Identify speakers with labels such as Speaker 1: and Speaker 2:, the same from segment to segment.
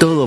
Speaker 1: Todo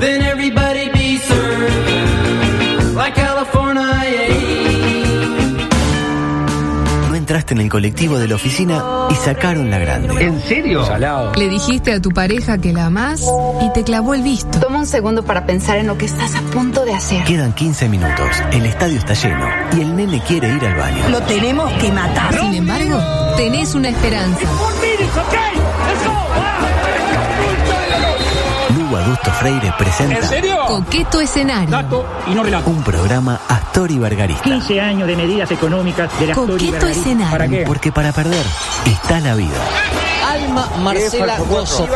Speaker 2: Then everybody be served like California.
Speaker 3: No entraste en el colectivo de la oficina y sacaron la grande.
Speaker 4: ¿En serio? Salado.
Speaker 5: Le dijiste a tu pareja que la amás y te clavó el visto.
Speaker 6: Toma un segundo para pensar en lo que estás a punto de hacer.
Speaker 3: Quedan 15 minutos, el estadio está lleno y el nene quiere ir al baño.
Speaker 7: Lo tenemos que matar.
Speaker 5: Sin embargo, tenés una esperanza.
Speaker 3: Lugo Adusto Freire presenta
Speaker 5: Coqueto escenario.
Speaker 4: y no relato.
Speaker 3: un programa Astori Bargarista.
Speaker 4: 15 años de medidas económicas de la
Speaker 5: Coqueto
Speaker 4: ¿Para
Speaker 5: escenario.
Speaker 4: qué?
Speaker 3: Porque para perder está la vida.
Speaker 8: Alma Marcela Gozo.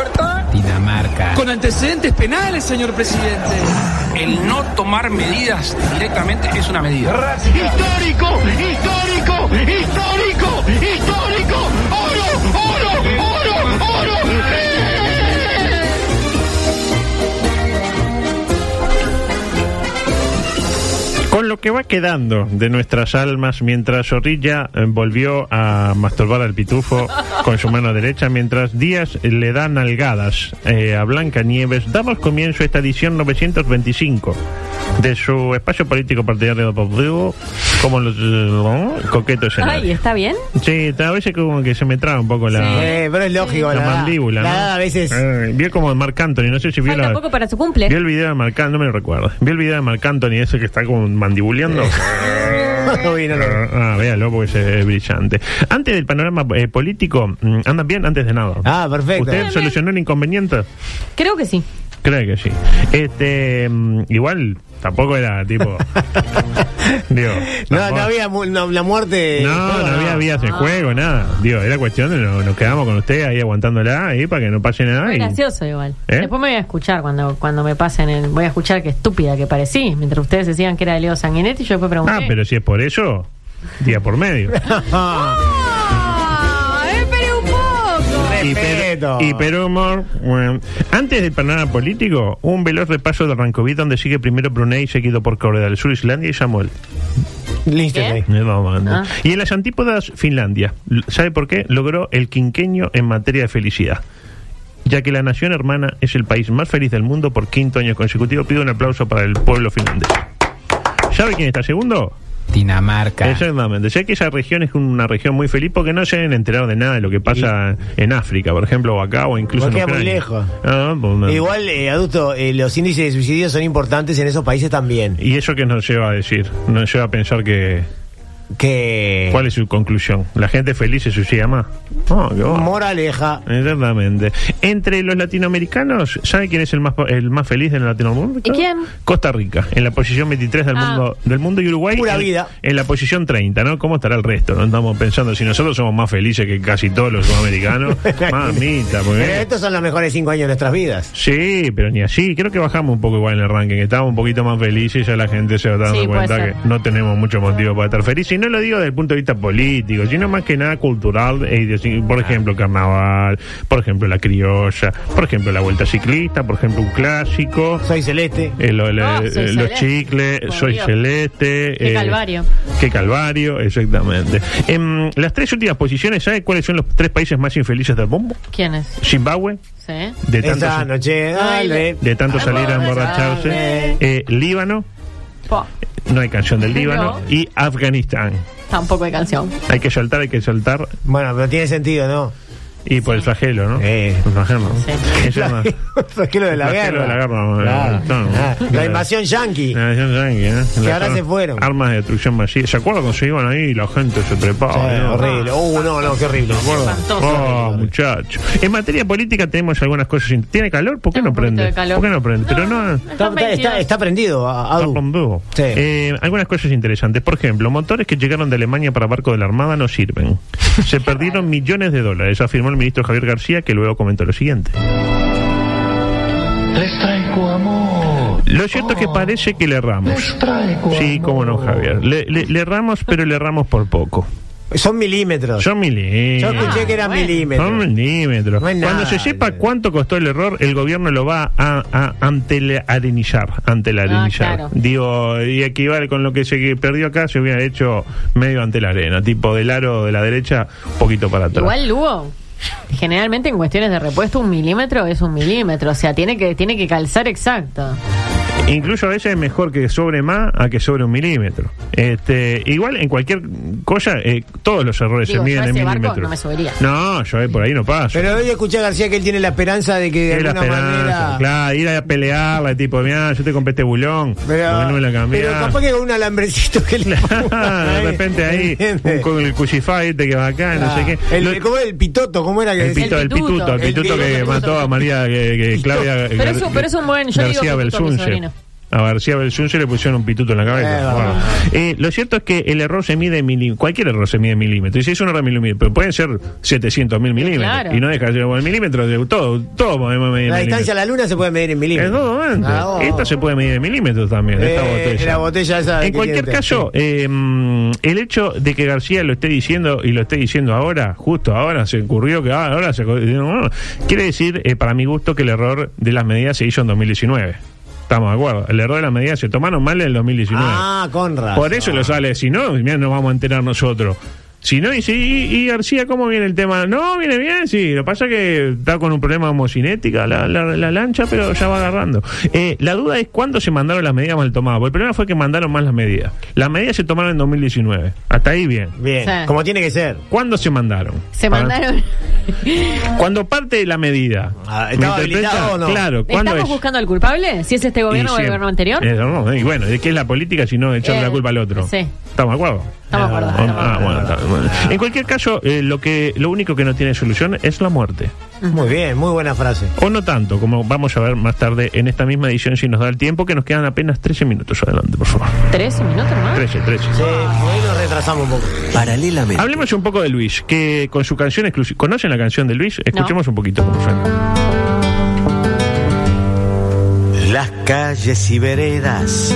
Speaker 4: Dinamarca.
Speaker 9: Con antecedentes penales, señor presidente. El no tomar medidas directamente es una medida.
Speaker 10: histórico, histórico, histórico, histórico, oro, oro, oro, oro. ¡Eh!
Speaker 11: Con lo que va quedando de nuestras almas mientras Zorrilla eh, volvió a masturbar al pitufo con su mano derecha, mientras Díaz le da nalgadas eh, a Blanca Nieves, damos comienzo a esta edición 925 de su espacio político partidario deportivo como los ¿no? coqueto escenario.
Speaker 12: Ay, ¿está bien?
Speaker 11: Sí, a veces como que se me traba un poco la,
Speaker 8: pero es lógico,
Speaker 11: la
Speaker 8: la, verdad.
Speaker 11: mandíbula.
Speaker 8: La
Speaker 11: ¿no?
Speaker 8: verdad, a veces.
Speaker 11: Eh, vio como Marc Anthony, no sé si vio
Speaker 12: Falta
Speaker 11: la...
Speaker 12: poco para su cumple.
Speaker 11: Vio el video de Marc Anthony, no me lo recuerdo. Vio el video de Marc Anthony, ese que está como mandibuleando.
Speaker 8: No vi, no lo vi.
Speaker 11: Ah, véalo porque es, eh, brillante. Antes del panorama eh, político, mm, ¿andan bien? Antes de nada.
Speaker 8: Ah, perfecto.
Speaker 11: ¿Usted solucionó el inconveniente?
Speaker 12: Creo que sí.
Speaker 11: Creo que sí. Este, mm, igual tampoco era tipo. digo,
Speaker 8: No,
Speaker 11: tampoco-
Speaker 8: no había mu- no, la muerte.
Speaker 11: No, no, había vías en juego, nada. Digo, era cuestión de no- nos quedamos con usted ahí aguantándola ahí para que no pase nada.
Speaker 12: Fue
Speaker 11: y-
Speaker 12: gracioso igual.
Speaker 11: ¿Eh?
Speaker 12: Después me voy a escuchar cuando, cuando me pasen el... Voy a escuchar qué estúpida que parecí. Mientras ustedes decían que era de Leo Sanguinetti, yo después pregunté.
Speaker 11: Ah, pero si es por eso, día por medio.
Speaker 12: ¡Ah! ¡Espere un poco!
Speaker 8: Respeto.
Speaker 11: Hiper- Hiperhumor. bueno. Antes del panorama político, un veloz repaso de Rancoví, donde sigue primero Brunei, seguido por Corea del Sur, Islandia y Samuel.
Speaker 8: Listo,
Speaker 12: ¿Qué?
Speaker 8: sí.
Speaker 11: Eh, vamos, ¿no?
Speaker 12: Ah.
Speaker 11: Y en las antípodas, Finlandia. L- ¿Sabe por qué? Logró el quinqueño en materia de felicidad. Ya que la nación hermana es el país más feliz del mundo por quinto año consecutivo, pido un aplauso para el pueblo finlandés. ¿Sabe quién está segundo?
Speaker 4: Dinamarca.
Speaker 11: Exactamente. Sé que esa región es una región muy feliz porque no se deben enterar de nada de lo que pasa en África, por ejemplo, o acá, o incluso
Speaker 8: Porque
Speaker 11: en
Speaker 8: queda muy
Speaker 11: Ucrania.
Speaker 8: lejos.
Speaker 11: Ah, pues, no.
Speaker 8: Igual, eh, adulto, eh, los índices de suicidio son importantes en esos países también.
Speaker 11: Y eso que nos lleva a decir, nos lleva a pensar que...
Speaker 8: Que.
Speaker 11: ¿Cuál es su conclusión? ¿La gente feliz se suicida más? No, qué va.
Speaker 8: Moraleja.
Speaker 11: Exactamente. Entre los latinoamericanos, ¿sabe quién es el más po- el más feliz de Latinoamérica?
Speaker 12: ¿Y quién?
Speaker 11: Costa Rica, en la posición 23 del
Speaker 12: Ah.
Speaker 11: mundo del mundo y Uruguay
Speaker 8: Pura
Speaker 11: en,
Speaker 8: vida.
Speaker 11: en la posición 30, ¿no? ¿Cómo estará el resto? No estamos pensando si nosotros somos más felices que casi todos los sudamericanos. Mamita, porque
Speaker 8: Pero estos son los mejores cinco años de nuestras vidas.
Speaker 11: Sí, pero ni así. Creo que bajamos un poco igual en el ranking. Estábamos un poquito más felices y ya la gente se va dando
Speaker 12: Sí, puede
Speaker 11: cuenta
Speaker 12: ser.
Speaker 11: que no tenemos mucho motivo para estar felices. Y no lo digo desde el punto de vista político, sino más que nada cultural. e idiosincr- Por ejemplo, carnaval, por ejemplo, la criolla, por ejemplo, la vuelta ciclista, por ejemplo, un clásico.
Speaker 8: Soy celeste.
Speaker 11: eh, lo- le-
Speaker 12: Ah, soy
Speaker 11: eh, los
Speaker 12: celeste.
Speaker 11: chicles,
Speaker 12: Por
Speaker 11: soy
Speaker 12: Dios.
Speaker 11: celeste. eh,
Speaker 12: Qué calvario.
Speaker 11: Qué calvario, exactamente. En las tres últimas posiciones, ¿sabe cuáles son los tres países más infelices del mundo?
Speaker 12: ¿Quién es?
Speaker 11: Zimbabue,
Speaker 12: ¿Sí?
Speaker 11: de tantos,
Speaker 8: Esta noche, dale.
Speaker 11: de tanto salir a
Speaker 8: Dale.
Speaker 11: emborracharse. Eh, Líbano,
Speaker 12: Po,
Speaker 11: no hay canción del Líbano.
Speaker 12: No.
Speaker 11: Y Afganistán.
Speaker 12: tampoco hay canción.
Speaker 11: Hay que soltar, hay que soltar.
Speaker 8: Bueno, pero tiene sentido, ¿no?
Speaker 11: Y por el flagelo, ¿no?
Speaker 8: Eh.
Speaker 11: El flagelo.
Speaker 12: Sí.
Speaker 11: Eso es más-
Speaker 8: Es que lo de la
Speaker 11: Flagelo
Speaker 8: guerra.
Speaker 11: de la guerra, eh,
Speaker 8: Claro.
Speaker 11: no,
Speaker 8: Ah,
Speaker 11: no.
Speaker 8: La invasión yanqui.
Speaker 11: La nación yankee, ¿eh?
Speaker 8: Que
Speaker 11: Las
Speaker 8: ahora
Speaker 11: ar-
Speaker 8: se fueron.
Speaker 11: Armas de destrucción masiva. ¿Se acuerdan cuando se iban ahí y la gente se
Speaker 8: Sí,
Speaker 11: prepara? ¿no?
Speaker 8: horrible. Uh, no, no, qué horrible.
Speaker 11: Oh, muchacho. En materia política tenemos algunas cosas. in- ¿Tiene calor? ¿Por qué
Speaker 12: Tengo
Speaker 11: no
Speaker 12: un poquito
Speaker 11: prende?
Speaker 12: de calor.
Speaker 11: ¿Por qué no prende? Pero no,
Speaker 8: Está, está- está- está prendido, a-
Speaker 11: Está
Speaker 8: Adu.
Speaker 11: con dúo.
Speaker 8: Sí.
Speaker 11: Eh, algunas cosas interesantes. Por ejemplo, motores que llegaron de Alemania para barco de la Armada no sirven. Se perdieron millones de dólares, afirmó el ministro Javier García, que luego comentó lo siguiente.
Speaker 10: Les traigo amor. Oh.
Speaker 11: Lo cierto es que parece que le erramos.
Speaker 10: Les traigo
Speaker 11: Sí, cómo no, Javier. Le, le- le erramos, pero le erramos por poco.
Speaker 8: Son milímetros.
Speaker 11: Son
Speaker 8: Yo
Speaker 11: milímetros.
Speaker 8: escuché que
Speaker 4: Ah,
Speaker 8: eran
Speaker 12: bueno.
Speaker 8: milímetros.
Speaker 11: Son milímetros.
Speaker 8: No es nada,
Speaker 11: Cuando se sepa
Speaker 8: boludo.
Speaker 11: cuánto costó el error, el gobierno lo va a, a antelarenillar.
Speaker 12: Ah,
Speaker 11: Antelarenillar.
Speaker 12: claro.
Speaker 11: Digo, y equivale con lo que se perdió acá, se hubiera hecho medio ante la arena, tipo del aro de la derecha, un poquito para atrás.
Speaker 12: Igual Lugo, generalmente en cuestiones de repuesto un milímetro es un milímetro, o sea, tiene que, tiene que calzar exacto.
Speaker 11: Incluso a veces es mejor que sobre más a que sobre un milímetro. Este, igual en cualquier cosa, eh, todos los errores se
Speaker 12: Digo, yo
Speaker 11: miden
Speaker 12: a
Speaker 11: en
Speaker 12: ese barco
Speaker 11: milímetros.
Speaker 12: no me subiría.
Speaker 11: No, yo eh, por ahí no paso.
Speaker 8: Pero hoy escuché a García que él tiene la esperanza de que de
Speaker 11: Era
Speaker 8: alguna
Speaker 11: esperanza,
Speaker 8: manera.
Speaker 11: claro, ir a pelearla, tipo, mira, yo te compré este bulón, ¿por qué no me la cambiás?
Speaker 8: pero capaz que con un alambrecito que le
Speaker 11: de repente ahí, un-
Speaker 8: ¿Entiendes? Ah,
Speaker 11: con el cuchifá este que va acá, no sé qué.
Speaker 8: El,
Speaker 11: Lo-
Speaker 8: ¿Cómo era el pitoto? ¿Cómo era que
Speaker 11: el,
Speaker 8: decía?
Speaker 11: pito, el
Speaker 12: pituto.
Speaker 11: pituto, el
Speaker 8: El
Speaker 11: pituto que
Speaker 8: pituto.
Speaker 11: mató a María que, que
Speaker 8: Pituto.
Speaker 11: Claudia
Speaker 12: Pero es un- pero es un buen- yo digo
Speaker 11: García
Speaker 12: pituto a mi
Speaker 11: Belsunce.
Speaker 12: sobrino.
Speaker 11: A García Belsunce le pusieron un pituto en la cabeza.
Speaker 8: Eh,
Speaker 11: Bueno.
Speaker 8: bueno.
Speaker 11: Eh, lo cierto es que el error se mide en milímetros. Cualquier error se mide en milímetros. Y si es un error en milímetros, pero pueden ser 700 mil milímetros.
Speaker 12: Claro.
Speaker 11: Y no deja de ser el milímetro. de- Todo, todo podemos medir en
Speaker 8: La distancia
Speaker 11: milímetros.
Speaker 8: a la luna se puede medir en
Speaker 11: En
Speaker 8: milímetros.
Speaker 11: todo momento.
Speaker 8: Ah, oh.
Speaker 11: Esta se puede medir en milímetros también, esta
Speaker 8: Eh,
Speaker 11: botella.
Speaker 8: la botella esa
Speaker 11: En
Speaker 8: que
Speaker 11: cualquier
Speaker 8: tiene-
Speaker 11: caso, eh, mm, el hecho de que García lo esté diciendo y lo esté diciendo ahora, justo ahora, se ocurrió que ah, ahora se. acu- no, quiere decir, eh, para mi gusto, que el error de las medidas se hizo en 2019. Estamos de acuerdo. El error de las medidas se tomaron mal en el 2019.
Speaker 8: Ah, Conrad.
Speaker 11: Por eso lo sale. Si no, mirá, nos vamos a enterar nosotros. Si no, y, si, y, y García, ¿cómo viene el tema? No, viene bien, sí. Lo que pasa es que está con un problema homocinética la, la- la lancha, pero ya va agarrando. Eh, la duda es cuándo se mandaron las medidas mal tomadas. Porque el problema fue que mandaron mal las medidas. Las medidas se tomaron en 2019. Hasta ahí bien.
Speaker 8: Bien,
Speaker 12: Sí.
Speaker 8: como tiene que ser.
Speaker 11: ¿Cuándo se mandaron?
Speaker 12: Se
Speaker 11: Para-
Speaker 12: mandaron.
Speaker 11: Cuando parte de la medida.
Speaker 8: Ah, ¿estaba
Speaker 11: ¿Me interpreta?
Speaker 8: habilitado o no?
Speaker 11: Claro, ¿cuándo
Speaker 12: ¿Estamos
Speaker 11: es?
Speaker 12: buscando al culpable? Si es este gobierno o el
Speaker 11: siempre.
Speaker 12: gobierno anterior.
Speaker 11: Eh, no, y bueno, ¿de qué es la política si no echarle
Speaker 12: Eh,
Speaker 11: la culpa al otro?
Speaker 12: sí.
Speaker 11: ¿Estamos de acuerdo?
Speaker 12: Estamos de acuerdo,
Speaker 11: Ah,
Speaker 12: estamos de
Speaker 11: ah,
Speaker 12: acuerdo.
Speaker 11: bueno, está- bueno. En cualquier caso, eh, lo que lo único que no tiene solución es la muerte.
Speaker 8: Muy bien, muy buena frase. Eh,
Speaker 11: O no tanto, como vamos a ver más tarde en esta misma edición si nos da el tiempo, que nos quedan apenas 13 minutos. Adelante, por favor.
Speaker 12: ¿Tres minutos más?
Speaker 11: 13, 13.
Speaker 8: Sí, hoy nos retrasamos un poco.
Speaker 3: Paralelamente.
Speaker 11: Hablemos un poco de Luis, que con su canción exclusiva... ¿Conocen la canción de Luis? Escuchemos un poquito cómo suena.
Speaker 3: Las calles y veredas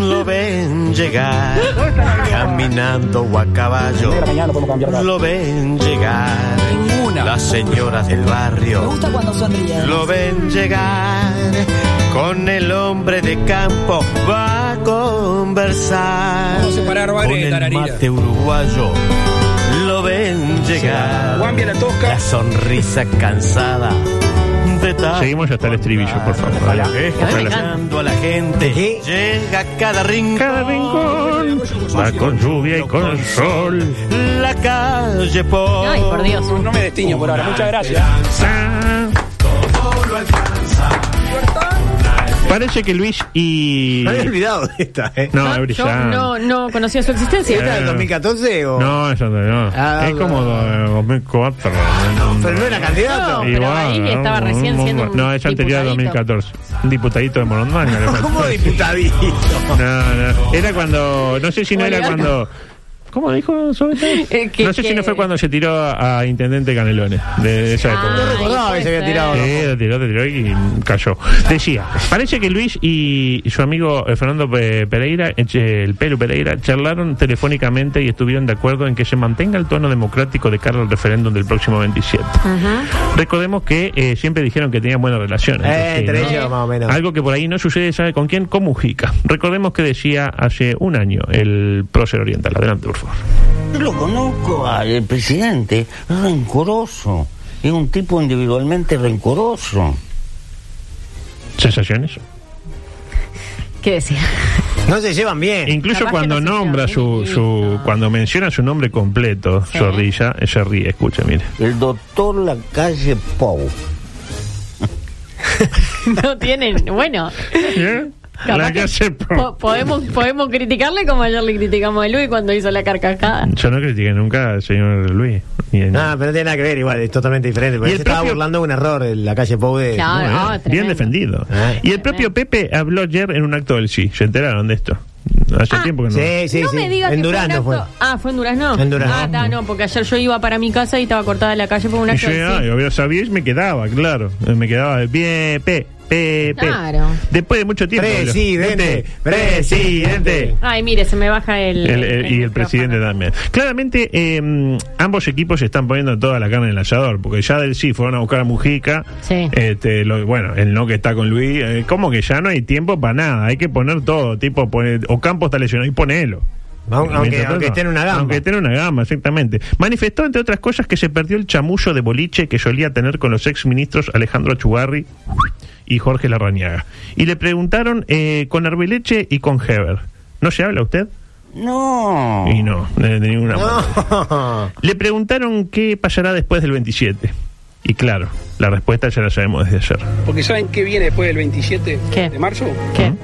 Speaker 3: lo ven llegar caminando o a caballo. Lo ven llegar las señoras del barrio. Lo ven llegar con el hombre de campo va a conversar.
Speaker 9: No se pararon,
Speaker 3: con
Speaker 9: vale,
Speaker 3: el
Speaker 9: tararira.
Speaker 3: mate uruguayo. Lo ven llegar.
Speaker 9: Guambia la tosca.
Speaker 3: La sonrisa cansada de tanto
Speaker 11: Seguimos hasta el estribillo, por favor. Eh, hasta la-
Speaker 3: Abrazando a la gente
Speaker 8: ¿Qué?
Speaker 3: llega a cada rincón,
Speaker 11: Cada rincón va con lluvia y con sol.
Speaker 3: la calle por
Speaker 12: Ay, por Dios.
Speaker 11: Oh,
Speaker 9: No me destiño por ahora. Muchas gracias.
Speaker 11: Ah. Parece que Luis y.
Speaker 8: Me había olvidado de esta, ¿eh?
Speaker 11: No,
Speaker 12: Yo-
Speaker 11: es
Speaker 12: yo
Speaker 11: brillante.
Speaker 12: no, no conocía su
Speaker 8: ¿Esta
Speaker 12: existencia.
Speaker 8: del 2014 o.?
Speaker 11: Eh. No, eso no. no.
Speaker 8: Ah,
Speaker 11: es como eh, 2004.
Speaker 8: Pero no era
Speaker 12: No,
Speaker 8: candidato.
Speaker 12: pero ahí estaba recién siendo un
Speaker 11: No, es anterior a
Speaker 12: diputadito.
Speaker 11: 2014. Un diputadito de Morondanga. le faltó.
Speaker 8: ¿Cómo diputadito?
Speaker 11: No, no. Era cuando. No sé si no era
Speaker 12: Oligarca.
Speaker 11: cuando. ¿Cómo dijo Sobeto?
Speaker 12: Eh, que-
Speaker 11: no sé si
Speaker 12: que- Ah,
Speaker 11: no fue cuando se tiró a, a Intendente Canelones de, de esa época.
Speaker 12: Ay,
Speaker 8: recordaba
Speaker 12: puede
Speaker 8: que se había
Speaker 12: ser.
Speaker 8: tirado.
Speaker 11: Sí, lo tiró, lo tiró y cayó. Decía, parece que Luis y su amigo eh, Fernando Pe- Pereira, eh, che, el Pelu Pereira, charlaron telefónicamente y estuvieron de acuerdo en que se mantenga el tono democrático de cara al referéndum del próximo 27. Recordemos que eh, siempre dijeron que tenían buenas relaciones.
Speaker 8: Eh, entre
Speaker 11: entre sí, ¿no?
Speaker 8: ellos, más o menos.
Speaker 11: Algo que por ahí no sucede, ¿sabe con quién? Con Mujica. Recordemos que decía hace un año el prócer oriental. Adelante, por favor.
Speaker 10: Yo lo conozco al presidente, es rencoroso. Es un tipo individualmente rencoroso.
Speaker 11: ¿Sensaciones?
Speaker 12: ¿Qué decía?
Speaker 8: No se llevan bien.
Speaker 11: E Incluso
Speaker 12: Capaz que
Speaker 11: cuando
Speaker 12: no se
Speaker 11: nombra su,
Speaker 12: llama,
Speaker 11: su
Speaker 12: no.
Speaker 11: cuando menciona su nombre completo,
Speaker 12: Sí.
Speaker 11: Zorrilla, eh, se ríe, escucha, mire.
Speaker 10: El doctor Lacalle Pau.
Speaker 12: No tienen. Bueno. capaz
Speaker 11: ¿Eh? La
Speaker 12: que
Speaker 11: que se pro-
Speaker 12: po- podemos, podemos criticarle como ayer le criticamos a Luis cuando hizo la carcajada.
Speaker 11: Yo no critiqué nunca al señor Luis. ni de
Speaker 8: No,
Speaker 11: nada.
Speaker 8: pero no tiene nada que ver, igual, es totalmente diferente. Porque
Speaker 11: Y el
Speaker 8: se estaba
Speaker 11: propio-
Speaker 8: burlando de un error en la calle Pou de.
Speaker 12: Claro.
Speaker 11: Bueno,
Speaker 12: ah,
Speaker 11: bien
Speaker 12: tremendo.
Speaker 11: defendido.
Speaker 8: Ah.
Speaker 11: Y el propio Pepe habló ayer en un acto del sí. ¿Se enteraron de esto?
Speaker 12: Ah,
Speaker 11: Hace tiempo que no.
Speaker 8: Sí, sí,
Speaker 12: no
Speaker 8: sí.
Speaker 12: me digas
Speaker 8: en
Speaker 12: que
Speaker 8: Durán no
Speaker 12: fue,
Speaker 8: fue.
Speaker 12: un acto- Ah, fue en Durazno.
Speaker 8: En Durazno.
Speaker 12: Ah, está, no, porque ayer yo iba para mi casa y estaba cortada la calle por una
Speaker 11: Y yo,
Speaker 12: acto de
Speaker 11: ah,
Speaker 12: sí.
Speaker 11: yo hubiera sabido y me quedaba, claro. Eh, Me quedaba de pie, pe, Pepe.
Speaker 12: Claro.
Speaker 11: Después de mucho tiempo. lo-
Speaker 8: Presidente, presidente.
Speaker 12: Ay, mire, se me baja el.
Speaker 11: El- el- y el
Speaker 12: micrófono.
Speaker 11: presidente también. Claramente, eh, ambos equipos están poniendo toda la carne en el asador, porque ya del sí fueron a buscar a Mujica.
Speaker 12: Sí.
Speaker 11: Este, lo- bueno, el no que está con Luis, eh, como que ya no hay tiempo para nada, hay que poner todo, tipo, pone- Ocampo está lesionado y ponelo.
Speaker 8: Aunque-
Speaker 11: Mientras
Speaker 8: aunque esté en una gamba.
Speaker 11: Aunque esté en una gama, exactamente. Manifestó, entre otras cosas, que se perdió el chamullo de boliche que solía tener con los exministros Alejandro Chugarri y Jorge Larrañaga. Y le preguntaron eh, con Arbeleche y con Heber. ¿No se habla usted?
Speaker 10: No.
Speaker 11: Y no, de, de ninguna manera.
Speaker 8: No.
Speaker 11: Le preguntaron qué pasará después del 27. Y claro, la respuesta ya la sabemos desde ayer.
Speaker 9: Porque ¿saben qué viene después del 27
Speaker 12: ¿Qué?
Speaker 9: de marzo?
Speaker 12: ¿Qué?
Speaker 11: ¿Mm?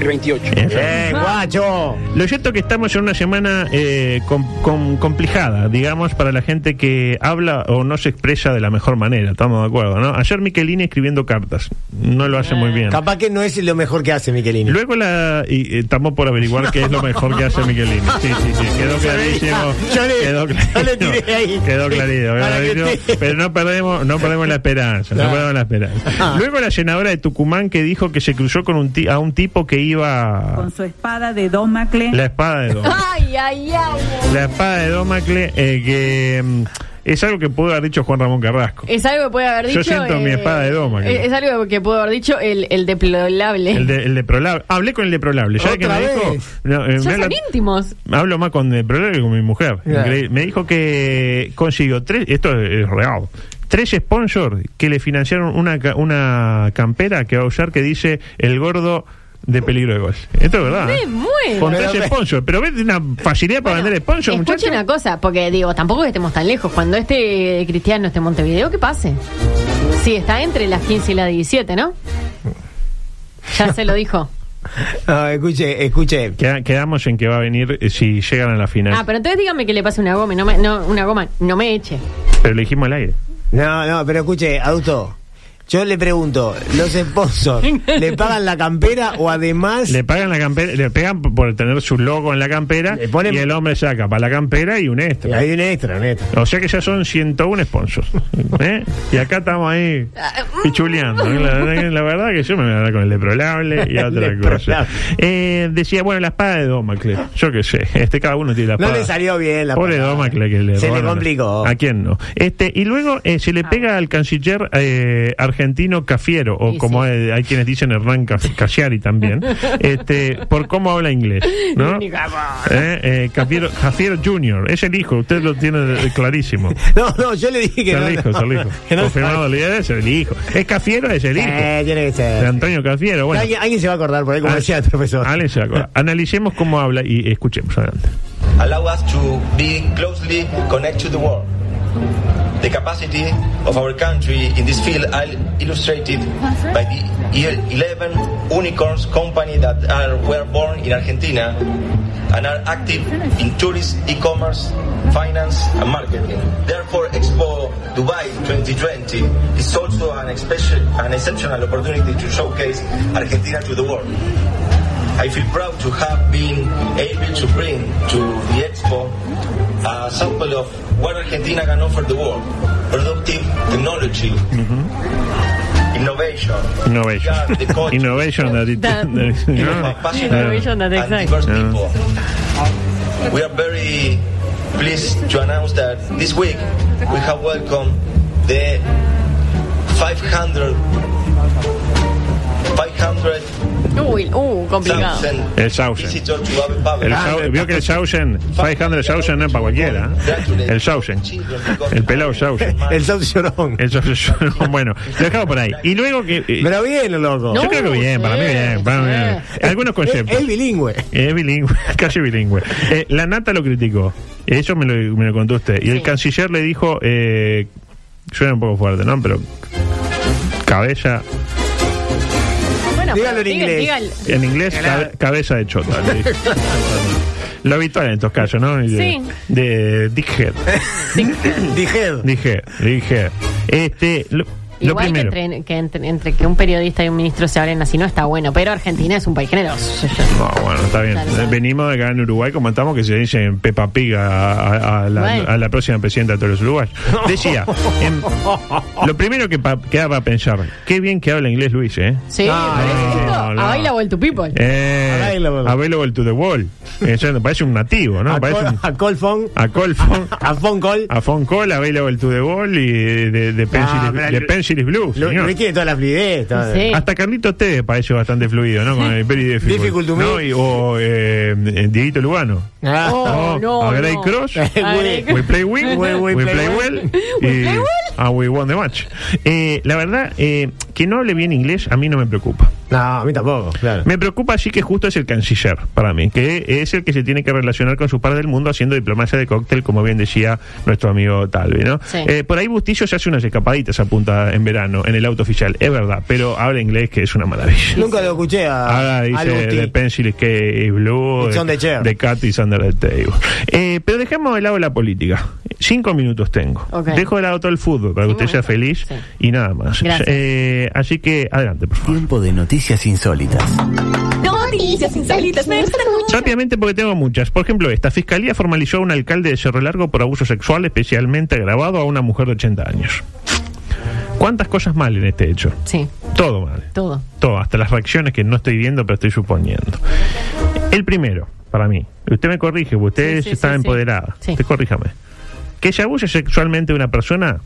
Speaker 9: El 28.
Speaker 11: ¿Eh?
Speaker 8: ¡Eh, guacho!
Speaker 11: Lo cierto que estamos en una semana eh, com- com- complicada, digamos, para la gente que habla o no se expresa de la mejor manera, estamos de acuerdo, ¿no? Ayer Miquelini escribiendo cartas, no lo hace muy bien.
Speaker 8: Capaz que no es lo mejor que hace Miquelini.
Speaker 11: Luego la y, eh, estamos por averiguar qué es lo mejor que hace Miguelini. Sí, sí, sí. Quedó clarísimo.
Speaker 8: Yo le-
Speaker 11: quedó
Speaker 8: yo le tiré ahí.
Speaker 11: Quedó clarísimo.
Speaker 8: Para
Speaker 11: quedó
Speaker 8: que
Speaker 11: clarísimo.
Speaker 8: te-
Speaker 11: Pero no perdemos, no perdemos la esperanza.
Speaker 8: Claro.
Speaker 11: No
Speaker 8: Ah.
Speaker 11: perdemos la esperanza. Luego la senadora de Tucumán que dijo que se cruzó con un ti- a un tipo que iba
Speaker 1: su espada de Domacle.
Speaker 11: la espada de Domacle.
Speaker 12: Ay, ay, ay.
Speaker 11: La espada de Domacle eh, que mm, es algo que pudo haber dicho Juan Ramón Carrasco.
Speaker 12: Es algo que puede haber
Speaker 11: Yo
Speaker 12: dicho. eh,
Speaker 11: siento mi espada de Doma, que-
Speaker 12: Es, es algo que puede haber dicho el, el deplorable.
Speaker 11: El de, el de Prolab- Hablé con el de Prolable. ¿Sabes qué
Speaker 8: ¿Otra
Speaker 11: me dijo?
Speaker 8: vez?
Speaker 11: No, eh,
Speaker 12: ya
Speaker 11: me
Speaker 12: son
Speaker 11: la-
Speaker 12: íntimos.
Speaker 11: Hablo más con el problema que con mi mujer.
Speaker 8: Claro.
Speaker 11: Increíble. Me dijo que consiguió tres, esto es real, tres sponsors que le financiaron una, ca- una campera que va a usar que dice el gordo de peligro de gol. Esto es verdad.
Speaker 12: Me
Speaker 11: ¿eh?
Speaker 12: muero.
Speaker 11: Con
Speaker 8: Pero
Speaker 11: tres
Speaker 8: ve-
Speaker 11: sponsors. Pero ves una facilidad para vender sponsors,
Speaker 12: Escuche
Speaker 11: muchachos.
Speaker 12: una cosa, porque digo, tampoco que estemos tan lejos. Cuando este Cristiano esté en Montevideo, ¿qué pase? Sí, está entre las 15 y las 17, ¿no? Ya se lo dijo.
Speaker 8: No, escuche, escuche.
Speaker 11: Queda- Quedamos en que va a venir eh, si llegan a la final.
Speaker 12: Ah, pero entonces dígame que le pase una goma, y no me, no, una goma, no me eche.
Speaker 11: Pero le dijimos al aire.
Speaker 8: No, no, pero escuche, adulto. Yo le pregunto, ¿los sponsors le pagan la campera o además
Speaker 11: Le pagan la campera, le pegan p- por tener su logo en la campera
Speaker 8: Le ponen-
Speaker 11: y el hombre saca para la campera y un
Speaker 8: Y
Speaker 11: extra.
Speaker 8: Hay un extra, un extra.
Speaker 11: O sea que ya son 101 sponsors. ¿eh? Y acá estamos ahí
Speaker 8: Ah,
Speaker 11: pichuleando.
Speaker 8: mm.
Speaker 11: La, verdad que- la verdad que yo me voy a dar con el leprolable y otra cosa.
Speaker 8: Leprolable.
Speaker 11: Eh, decía, bueno, la espada de Domacle. Yo qué sé. Este, cada uno tiene la
Speaker 8: No
Speaker 11: espada.
Speaker 8: le salió bien la
Speaker 11: Pobre
Speaker 8: palabra.
Speaker 11: Domacle que le
Speaker 8: Se le
Speaker 11: robaron la-
Speaker 8: complicó.
Speaker 11: ¿A quién no? Este, y luego eh, se le
Speaker 12: Ah.
Speaker 11: pega al canciller eh, argentino Cafiero, o
Speaker 12: Y
Speaker 11: como eh,
Speaker 12: sí.
Speaker 11: hay, hay quienes dicen Hernán Caf- Cassiari también, este, por cómo habla inglés. ¿no?
Speaker 12: Única voz.
Speaker 11: Eh, eh, Cafiero, Cafiero Jr., es el hijo, usted lo tiene eh, clarísimo.
Speaker 8: No, no, yo le dije que
Speaker 11: Es
Speaker 8: no.
Speaker 11: el hijo, es
Speaker 8: no,
Speaker 11: el hijo.
Speaker 8: que no
Speaker 11: Confirmado, el líder es el hijo. Es Cafiero, es el hijo.
Speaker 8: Eh, tiene que
Speaker 11: De
Speaker 8: ser.
Speaker 11: Antonio Cafiero, bueno.
Speaker 8: Alguien, alguien se va a acordar por ahí, como
Speaker 11: Ah,
Speaker 8: decía el profesor.
Speaker 11: alguien se va a acordar. Analicemos cómo habla y escuchemos adelante.
Speaker 2: allow us to be closely connected to the world. The capacity of our country in this field are illustrated by the year 11 unicorns company that are, were born in Argentina and are active in tourism, e-commerce, finance and marketing. Therefore, Expo Dubai 2020 is also an, expression- an exceptional opportunity to showcase Argentina to the world. I feel proud to have been able to bring to the expo a sample of what Argentina can offer the world. Productive technology, innovation,
Speaker 11: Mm-hmm. Innovation.
Speaker 2: the culture,
Speaker 11: Innovation that it-
Speaker 12: That-
Speaker 11: that-
Speaker 2: and
Speaker 11: ¿no?
Speaker 2: passionate
Speaker 12: Innovation, that
Speaker 2: and
Speaker 12: exact.
Speaker 2: diverse
Speaker 11: Yeah.
Speaker 2: people. We are very pleased to announce that this week we have welcomed the 500 500
Speaker 12: Uy, uh, complicado.
Speaker 11: El Sausen.
Speaker 2: visitors to Abu Dhabi.
Speaker 11: Ah, El Sau- vio que el Sausen, 500 Sausen no es para cualquiera. ¿eh? El Sausen. El pelado Sausen.
Speaker 8: El South Llorón.
Speaker 11: El Sausen. Bueno, lo dejamos por ahí. Y luego que. eh,
Speaker 8: Pero bien, loco.
Speaker 11: yo
Speaker 12: No,
Speaker 11: creo que bien, para mí
Speaker 12: sí,
Speaker 11: bien. para mí bien. Algunos
Speaker 8: Es,
Speaker 11: conceptos. Eh,
Speaker 8: es bilingüe.
Speaker 11: Es bilingüe, casi bilingüe. Eh, la Nata lo criticó. Eso me lo, me lo contó usted. Y el
Speaker 12: Sí.
Speaker 11: canciller le dijo, eh, suena un poco fuerte, ¿no? Pero cabeza,
Speaker 12: Bueno,
Speaker 8: Dígalo en
Speaker 12: pero diga-
Speaker 8: inglés.
Speaker 12: dígalo.
Speaker 11: en inglés, cabe- cabeza de chota. le dijo. lo habitual en estos casos, ¿no? De,
Speaker 12: Sí.
Speaker 11: de dickhead.
Speaker 8: Dije.
Speaker 11: Dije, dije. Este, lo- Lo
Speaker 12: Igual que,
Speaker 11: primero.
Speaker 12: entre, que entre- entre que un periodista y un ministro se hablen así no está bueno, pero Argentina es un país generoso.
Speaker 11: No, bueno, está bien.
Speaker 12: Claro, claro.
Speaker 11: Venimos de acá en Uruguay, comentamos que se dice Pepa Piga a, a la,
Speaker 12: Bueno.
Speaker 11: a la próxima presidenta de todos los uruguayos. Decía, em, lo primero que pa- quedaba a pensar, qué bien que habla inglés Luis, ¿eh?
Speaker 12: Sí,
Speaker 11: no,
Speaker 12: pero
Speaker 11: no, no.
Speaker 12: A baila Well to People.
Speaker 11: Eh,
Speaker 8: Available.
Speaker 11: available to the wall. Eso me parece un nativo, ¿no?
Speaker 8: a,
Speaker 11: Parece
Speaker 8: col-
Speaker 11: un, Ah,
Speaker 8: a call phone,
Speaker 11: a call phone,
Speaker 8: a phone call.
Speaker 11: a phone call, available to the wall y de, de, pencil,
Speaker 8: Ah, pero
Speaker 11: de
Speaker 8: Lu-
Speaker 11: pencil is blue.
Speaker 8: Lu-
Speaker 11: señor.
Speaker 8: Luis tiene toda la fluidez. toda-
Speaker 12: Sí.
Speaker 11: eh, Hasta Carlito Tevez parece bastante fluido, ¿no? Con el very difficult.
Speaker 8: Difficult to
Speaker 11: ¿No?
Speaker 8: me.
Speaker 11: Y- o eh, eh, Dieguito Lugano.
Speaker 8: Ah.
Speaker 12: Oh, no,
Speaker 11: a Grey
Speaker 12: no.
Speaker 11: Cross.
Speaker 12: A Grey
Speaker 11: we play win, we,
Speaker 8: We- we
Speaker 11: play,
Speaker 8: play
Speaker 11: well.
Speaker 8: well.
Speaker 12: We
Speaker 11: y-
Speaker 12: play well.
Speaker 11: ah, we won the match. Eh, la verdad, eh, que no hable bien inglés a mí no me preocupa.
Speaker 8: No, a mí tampoco, claro.
Speaker 11: Me preocupa así que justo es el canciller para mí, que es el que se tiene que relacionar con su par del mundo haciendo diplomacia de cóctel, como bien decía nuestro amigo Talvi, ¿no?
Speaker 12: Sí.
Speaker 11: Eh, por ahí Bustillo se hace unas escapaditas a punta en verano, en el auto oficial, es verdad, pero habla inglés que es una maravilla.
Speaker 8: Nunca lo escuché a,
Speaker 11: Ahora
Speaker 8: a
Speaker 11: Ah, dice
Speaker 8: Luti.
Speaker 11: The Pencil is Case is Blue,
Speaker 8: Ah, It's on the chair.
Speaker 11: The Cat is Under the Table. Eh, pero dejamos de lado la política. Cinco minutos tengo.
Speaker 12: Ok.
Speaker 11: Dejo de lado todo el fútbol para que
Speaker 12: Cinco
Speaker 11: usted sea feliz
Speaker 12: minutos. Sí.
Speaker 11: y nada más.
Speaker 12: Gracias.
Speaker 11: Eh, así que adelante, por favor.
Speaker 3: Tiempo de noticias insólitas.
Speaker 1: Noticias insólitas, me gustan mucho.
Speaker 11: Rápidamente porque tengo muchas. Por ejemplo, esta fiscalía formalizó a un alcalde de Cerro Largo por abuso sexual especialmente agravado a una mujer de 80 años. ¿Cuántas cosas mal en este hecho?
Speaker 12: Sí,
Speaker 11: Todo mal.
Speaker 12: todo.
Speaker 11: todo, hasta las reacciones que no estoy viendo, pero estoy suponiendo. El primero, para mí, usted me corrige, porque usted
Speaker 12: Sí, sí,
Speaker 11: está
Speaker 12: sí, sí.
Speaker 11: empoderada.
Speaker 12: Sí.
Speaker 11: Usted corríjame. Que se abuse sexualmente de una persona,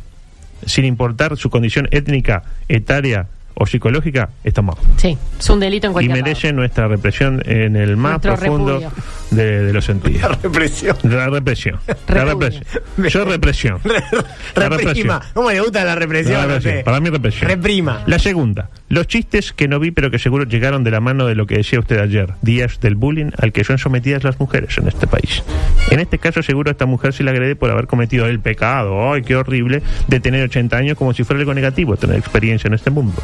Speaker 11: sin importar su condición étnica, etaria o psicológica, está mal.
Speaker 12: Sí, es un delito en
Speaker 11: Y
Speaker 12: cualquier
Speaker 11: merece nuestra represión en el más
Speaker 12: Nuestro
Speaker 11: profundo
Speaker 12: repudio.
Speaker 11: de, de los sentidos.
Speaker 8: Represión.
Speaker 11: La represión. La represión. Yo represión. La represión.
Speaker 8: Reprima. ¿Cómo le gusta la represión?
Speaker 11: La represión.
Speaker 8: Pepe?
Speaker 11: Para mí represión.
Speaker 8: Reprima.
Speaker 11: La segunda, los chistes que no vi pero que seguro llegaron de la mano de lo que decía usted ayer, días del bullying al que son sometidas las mujeres en este país. En este caso seguro esta mujer se la agrede por haber cometido el pecado, ay qué horrible, de tener 80 años como si fuera algo negativo tener experiencia en este mundo.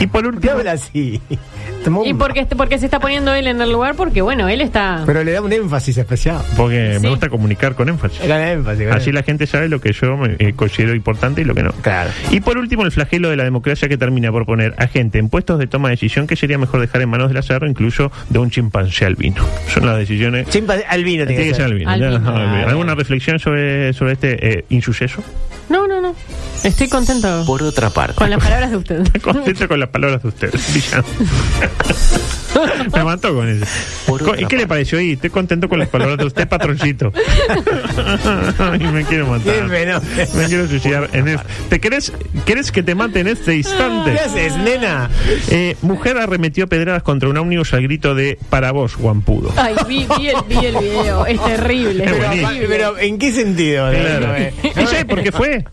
Speaker 11: Y por
Speaker 8: ¿Por qué
Speaker 11: último,
Speaker 8: habla así?
Speaker 12: lado. Y porque, este- porque se está poniendo él en el lugar, porque bueno, él está...
Speaker 8: Pero le da un énfasis especial.
Speaker 11: porque
Speaker 12: Sí.
Speaker 11: me gusta comunicar con énfasis.
Speaker 8: Era el énfasis. era
Speaker 11: Así la gente sabe lo que yo me, eh, considero importante y lo que no.
Speaker 8: Claro.
Speaker 11: Y por último, el flagelo de la democracia que termina por poner a gente en puestos de toma de decisión que sería mejor dejar en manos del azar o incluso de un chimpancé albino. Son las decisiones.
Speaker 8: Chimpa- albino tiene que ser.
Speaker 11: albino.
Speaker 12: Albino.
Speaker 11: ya, albino.
Speaker 12: Ah,
Speaker 11: ¿Alguna reflexión sobre, sobre este eh, insuceso?
Speaker 12: No, no, no. Estoy contento
Speaker 3: Por otra parte,
Speaker 12: con las palabras de usted.
Speaker 11: Contento con las palabras de ustedes. Villano. Me mató con eso.
Speaker 3: Por
Speaker 11: Co-
Speaker 3: otra
Speaker 11: ¿Y qué le pareció? Y estoy contento con las palabras de usted, patroncito. Ay, me quiero
Speaker 8: Qué
Speaker 11: matar.
Speaker 8: fenómeno.
Speaker 11: Me quiero suicidar en este. ¿Te querés, querés que te mate en este instante?
Speaker 8: Ah, ¿Qué haces, nena?
Speaker 11: Eh, mujer arremetió a pedradas contra un ómnibus al grito de Para vos, Guampudo.
Speaker 12: Ay, vi, vi el, vi el video. Es terrible.
Speaker 11: Es
Speaker 12: es
Speaker 11: buenísimo.
Speaker 12: terrible.
Speaker 8: Pero, ¿en qué sentido? eh,
Speaker 11: Claro. ¿Y sabe por qué fue?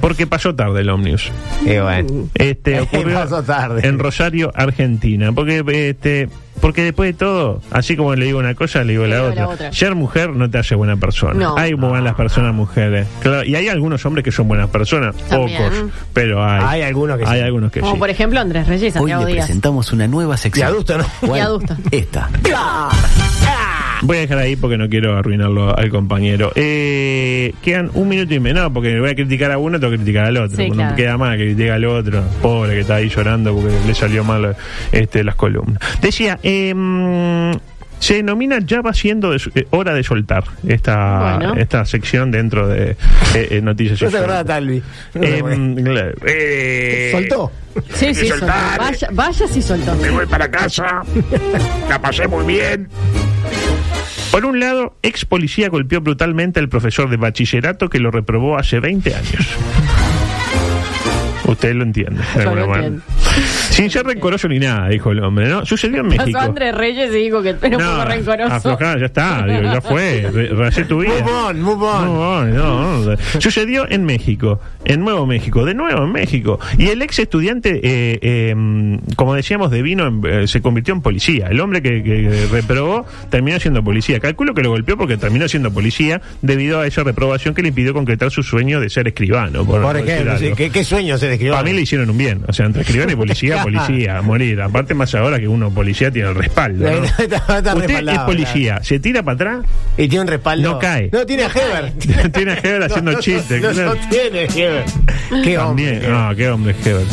Speaker 11: Porque pasó tarde el ómnibus.
Speaker 8: Y bueno.
Speaker 11: Este ocurrió
Speaker 8: Pasó tarde.
Speaker 11: en Rosario, Argentina. Porque este porque después de todo, así como le digo una cosa, le digo la
Speaker 12: digo
Speaker 11: otra.
Speaker 12: la otra.
Speaker 11: Ser mujer no te hace buena persona.
Speaker 12: No.
Speaker 11: Hay buenas personas mujeres. Claro, y hay algunos hombres que son buenas personas,
Speaker 12: También.
Speaker 11: pocos, pero hay.
Speaker 8: Hay algunos que
Speaker 11: hay
Speaker 8: sí.
Speaker 11: algunos que
Speaker 12: Como
Speaker 11: sí.
Speaker 12: por ejemplo Andrés Reyes,
Speaker 3: hoy
Speaker 12: Santiago
Speaker 3: le
Speaker 12: Díaz.
Speaker 3: presentamos una nueva sección.
Speaker 8: Viaducto, ¿no?
Speaker 3: ¿Cuál?
Speaker 12: Viaducto.
Speaker 3: Esta.
Speaker 11: Voy a dejar ahí porque no quiero arruinarlo al compañero. Eh, quedan un minuto y menos, porque voy a criticar a uno, tengo que criticar al otro.
Speaker 12: Sí,
Speaker 11: no
Speaker 12: claro.
Speaker 11: queda más que critica al otro. Pobre que está ahí llorando porque le salió mal este, las columnas. Decía, em, se denomina ya va siendo de- eh, hora de soltar esta,
Speaker 12: Bueno.
Speaker 11: esta sección dentro de eh, eh, Noticias
Speaker 8: No se
Speaker 11: Insólitas.
Speaker 8: acordaba Talvi. No se acordaba.
Speaker 11: Em, claro. Eh,
Speaker 8: Soltó.
Speaker 12: Sí, sí, soltó. Vaya, vaya si soltó.
Speaker 11: Por un lado, ex policía golpeó brutalmente al profesor de bachillerato que lo reprobó hace 20 años. Usted lo entiende. de
Speaker 12: Yo lo
Speaker 11: alguna manera.
Speaker 12: entiendo.
Speaker 11: Sin ser rencoroso ni nada, dijo el hombre, ¿no? Sucedió en
Speaker 12: Pasó
Speaker 11: México.
Speaker 12: Andrés Reyes y dijo que era un poco rencoroso.
Speaker 11: aflojá, ya está, digo, ya fue, re- rehacé tu vida.
Speaker 8: Move on, move on.
Speaker 11: Move on, no, no. Sucedió en México, en Nuevo México, de nuevo en México. Y el ex estudiante, eh, eh, mm, como decíamos, de vino, en- eh, se convirtió en policía. El hombre que, que reprobó terminó siendo policía. Calculo que lo golpeó porque terminó siendo policía debido a esa reprobación que le impidió concretar su sueño de ser escribano.
Speaker 8: Por
Speaker 11: decir
Speaker 8: ejemplo,
Speaker 11: algo.
Speaker 8: sí, ¿qué, qué sueño se describió?
Speaker 11: Para mí le hicieron un bien, o sea, entre escribano y policía la policía a morir. Aparte, más ahora que uno policía tiene el respaldo. ¿no?
Speaker 8: Está- está
Speaker 11: Usted es
Speaker 8: respaldado,
Speaker 11: policía, se tira para atrás,
Speaker 8: Y tiene un respaldo.
Speaker 11: no cae.
Speaker 8: No, tiene a Heber.
Speaker 11: tiene a Heber haciendo
Speaker 8: No, no,
Speaker 11: chistes.
Speaker 8: No, no tiene Heber. Qué hombre.
Speaker 11: También, no, qué hombre es Heber.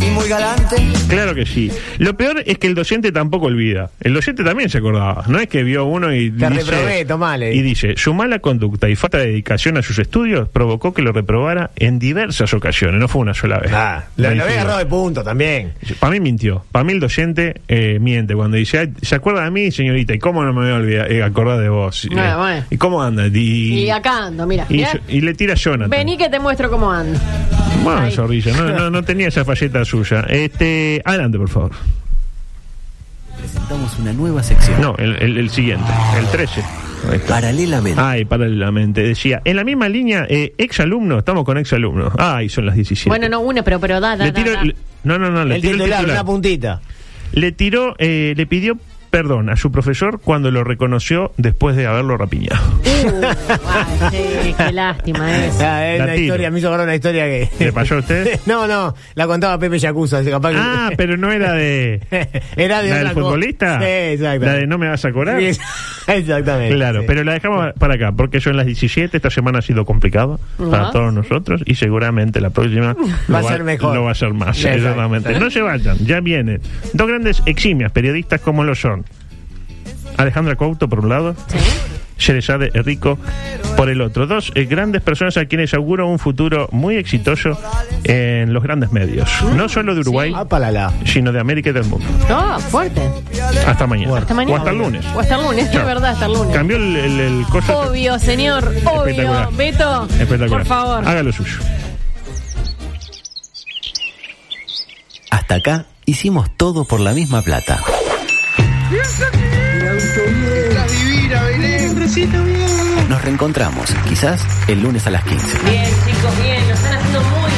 Speaker 7: Y muy galante.
Speaker 11: Claro que sí. Lo peor es que el docente tampoco olvida. El docente también se acordaba. No es que vio uno y
Speaker 8: Te reprobé, tomá, le
Speaker 11: y dice, su mala conducta y falta de dedicación a sus estudios provocó que lo reprobara en diversas ocasiones. No fue una sola vez.
Speaker 8: Ah, lo, lo había agarrado de punto también.
Speaker 11: Para mí mintió. Para mí el docente eh, miente cuando dice, "Ay, ¿se acuerda de mí, señorita? ¿Y cómo no me voy a olvidar, eh, acordar de vos?
Speaker 12: Bueno,
Speaker 11: Eh,
Speaker 12: Ah, bueno.
Speaker 11: ¿Y cómo anda? Y,
Speaker 12: Y acá ando, mira.
Speaker 11: y-
Speaker 12: mirá.
Speaker 11: y le tira a Jonathan.
Speaker 12: Vení que te muestro cómo ando.
Speaker 11: Bueno, zorrillo, no, no, no tenía esa falleta suya. Este, adelante, por favor.
Speaker 3: Presentamos una nueva sección.
Speaker 11: No, el, el- el siguiente, el 13. Ahí está.
Speaker 3: Paralelamente.
Speaker 11: Ay, paralelamente. Decía, en la misma línea, eh, ex alumno, estamos con ex alumno. Ay, son las 17.
Speaker 12: Bueno, no una, pero, pero da, da,
Speaker 11: le tiro,
Speaker 12: da, da.
Speaker 11: le- no, no, no, le
Speaker 8: El
Speaker 11: tiro el
Speaker 8: titular,
Speaker 11: titular.
Speaker 8: una puntita.
Speaker 11: Le tiró, eh, le pidió perdón a su profesor cuando lo reconoció después de haberlo rapiñado.
Speaker 12: Uh, ay, sí, qué lástima eso.
Speaker 8: Ah, es
Speaker 11: La
Speaker 8: una
Speaker 11: tiro.
Speaker 8: historia, me hizo acordar una historia que.
Speaker 11: ¿Le pasó a usted?
Speaker 8: no, no, la contaba Pepe Yacuza, así capaz que-
Speaker 11: Ah, pero no era de.
Speaker 8: Era de
Speaker 11: ¿La
Speaker 8: otra
Speaker 11: del
Speaker 8: cosa.
Speaker 11: futbolista?
Speaker 8: Sí, exactamente.
Speaker 11: ¿La de no me vas a cobrar?
Speaker 8: Sí, exactamente.
Speaker 11: Claro,
Speaker 8: sí.
Speaker 11: pero la dejamos para acá, porque yo en las 17, esta semana ha sido complicada para
Speaker 12: Ajá.
Speaker 11: todos nosotros y seguramente la próxima lo
Speaker 8: a ser mejor.
Speaker 11: Lo va a ser más,
Speaker 8: Exacto.
Speaker 11: exactamente. No se vayan, ya vienen. Dos grandes eximias periodistas como lo son. Alejandra Couto, por un lado. Sherezade Rico por el otro. Dos eh, grandes personas a quienes auguro un futuro muy exitoso en los grandes medios. No solo de Uruguay,
Speaker 8: Apalala.
Speaker 11: sino de América y del mundo.
Speaker 12: No, fuerte.
Speaker 11: Hasta mañana.
Speaker 12: Hasta mañana.
Speaker 11: O hasta el lunes.
Speaker 12: O hasta el lunes, es
Speaker 11: Chao.
Speaker 12: verdad, hasta el lunes.
Speaker 11: Cambió el, el, el coso.
Speaker 12: Obvio, señor, obvio.
Speaker 11: Espectacular.
Speaker 12: Beto,
Speaker 11: Espectacular.
Speaker 12: por favor.
Speaker 11: Hágalo suyo.
Speaker 3: Hasta acá hicimos todo por la misma plata. Nos reencontramos, quizás el lunes a las 15.
Speaker 12: Bien, chicos, bien, lo están haciendo muy bien.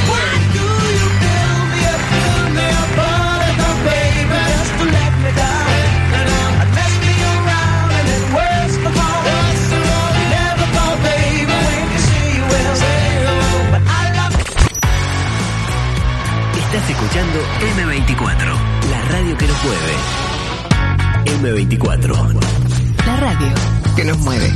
Speaker 3: Estás escuchando M24, la radio que nos mueve. M24,
Speaker 5: La radio que nos mueve.